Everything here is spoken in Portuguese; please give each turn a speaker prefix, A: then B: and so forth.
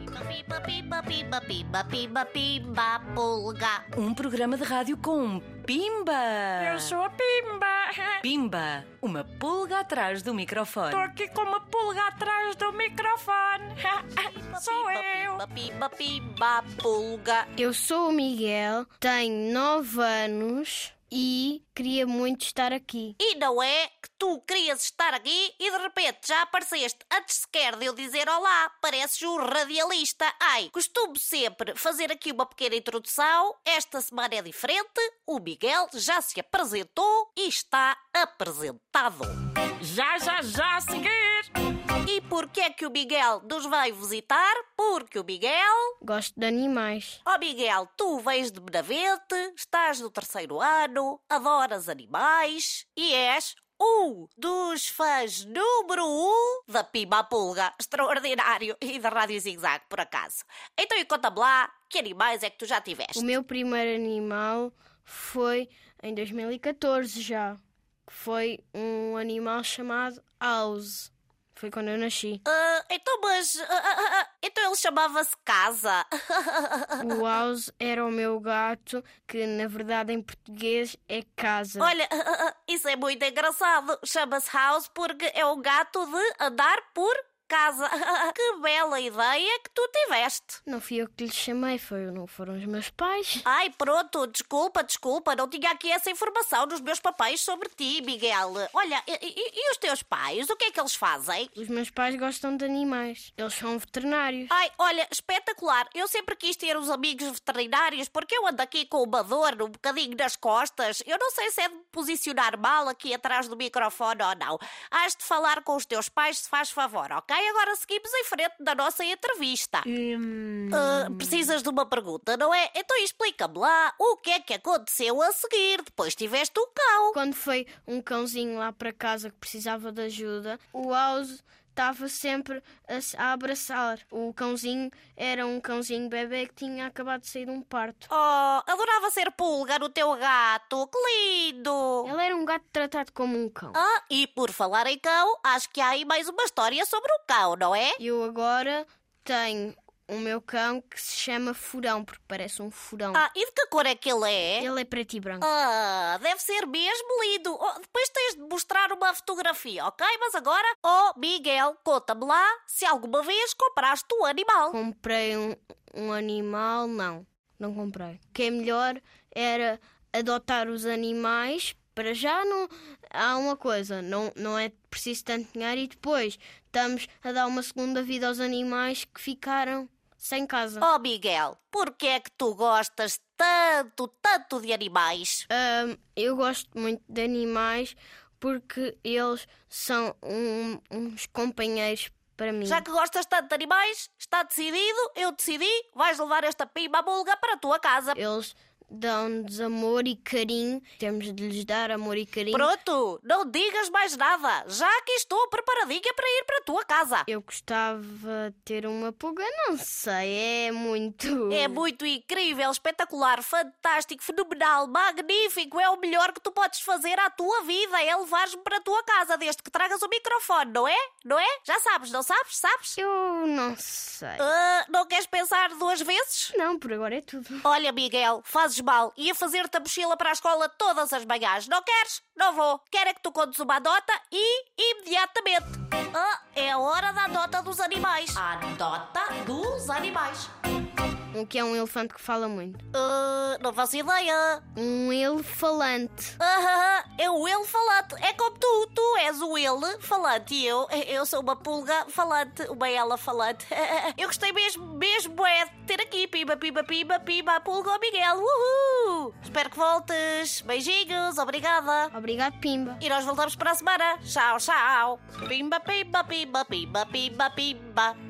A: Piba, piba, piba, piba, piba, piba, pulga.
B: Um programa de rádio com Pimba!
C: Eu sou a Pimba.
B: Pimba, uma pulga atrás do microfone.
C: Estou aqui com uma pulga atrás do microfone. Sou
A: Piba,
C: eu.
A: Piba, piba, piba, pulga.
D: Eu sou o Miguel, tenho 9 anos e queria muito estar aqui.
A: E não é que tu querias estar aqui e de repente já apareceste antes sequer de eu dizer olá. Pareces um radialista. Ai, costumo sempre fazer aqui uma pequena introdução. Esta semana é diferente. O Miguel já se apresentou e está apresentado.
C: Já, já, já a seguir.
A: E porquê é que o Miguel nos veio visitar? Porque o Miguel...
D: Gosto de animais.
A: Ó Miguel, tu vens de Benavente, estás no terceiro ano, adoras animais e és um dos fãs número um da Pimba à Pulga. Extraordinário. E da Rádio Zigzag, por acaso. Então e conta-me lá, que animais é que tu já
D: O
A: tiveste?
D: meu primeiro animal foi em 2014 já. que Foi um animal chamado House. Foi quando eu nasci.
A: Ah, então, mas. ah, ah, ah, então ele chamava-se Casa.
D: O House era o meu gato, que na verdade em português é casa.
A: Olha, isso é muito engraçado. Chama-se House porque é um gato de andar por casa. Que bela ideia que tu tiveste.
D: Não fui eu que lhe chamei, foi, não foram os meus pais.
A: Ai, pronto, desculpa, desculpa, não tinha aqui essa informação nos meus papéis sobre ti, Miguel. Olha, e, e- e os teus pais, o que é que eles fazem?
D: Os meus pais gostam de animais. Eles são veterinários.
A: Ai, olha, espetacular. Eu sempre quis ter uns amigos veterinários porque eu ando aqui com uma dor um bocadinho nas costas. Eu não sei se é de me posicionar mal aqui atrás do microfone ou não. Hás de falar com os teus pais, se faz favor, ok? Agora seguimos em frente da nossa entrevista. Ah, precisas de uma pergunta, não é? Então explica-me lá o que é que aconteceu a seguir. Depois tiveste um cão.
D: Quando foi um cãozinho lá para casa que precisava de ajuda, o House estava sempre a, se- a abraçar. O cãozinho era um cãozinho bebê que tinha acabado de sair de um parto.
A: Oh, adorava ser pulga no teu gato. Que lindo!
D: Ele era um gato tratado como um cão.
A: Ah, e por falar em cão, acho que há aí mais uma história sobre o cão, não é?
D: Eu agora tenho o meu cão que se chama Furão, porque parece um furão.
A: Ah, e de que cor é que ele é?
D: Ele é preto e branco.
A: Ah, deve ser mesmo lindo. Oh, depois tens de mostrar uma fotografia, ok? Mas agora, oh Miguel, conta-me lá se alguma vez compraste um animal.
D: Comprei um, um animal, não. Não comprei. O que é melhor era adotar os animais. Para já não há uma coisa, não, não é preciso tanto dinheiro e depois estamos a dar uma segunda vida aos animais que ficaram sem casa.
A: Oh Miguel, porquê é que tu gostas tanto, tanto de animais?
D: Ahm, eu gosto muito de animais porque eles são um- uns companheiros para mim.
A: Já que gostas tanto de animais, está decidido, eu decidi, vais levar esta pimba bulga para a tua casa.
D: Eles dão-nos amor e carinho. Temos de lhes dar amor e carinho.
A: Pronto, não digas mais nada. Já aqui estou preparadinha para ir para a tua casa.
D: Eu gostava de ter uma pulga, não sei, é muito.
A: É muito incrível, espetacular, fantástico, fenomenal, magnífico. É o melhor que tu podes fazer à tua vida. É levares-me para a tua casa, desde que tragas o microfone, não é? Não é? Já sabes, não sabes? Sabes?
D: Eu não sei.
A: Ah, não queres pensar duas vezes?
D: Não, por agora é tudo.
A: Olha, Miguel, fazes mal. Ia fazer-te a mochila para a escola todas as manhãs. Não queres? Não vou. Quero é que tu contes uma nota e imediatamente. Ah, é a hora da nota dos animais. A nota dos animais.
D: O que é um elefante que fala muito?
A: Ah, não faço ideia.
D: Um elefalante.
A: Ah, é o ele falante. É como tu. Tu és o ele falante e eu, eu sou uma pulga falante, uma ela falante. Eu gostei mesmo, mesmo é de ter aqui. Pima, pima, pima, pima, a pulga ao Miguel. Uhul! Espero que voltes. Beijinhos, obrigada.
D: Obrigado, Pimba.
A: E nós voltamos para a semana. Tchau, tchau. Pimba, pimba, pimba, pimba, pimba, pimba.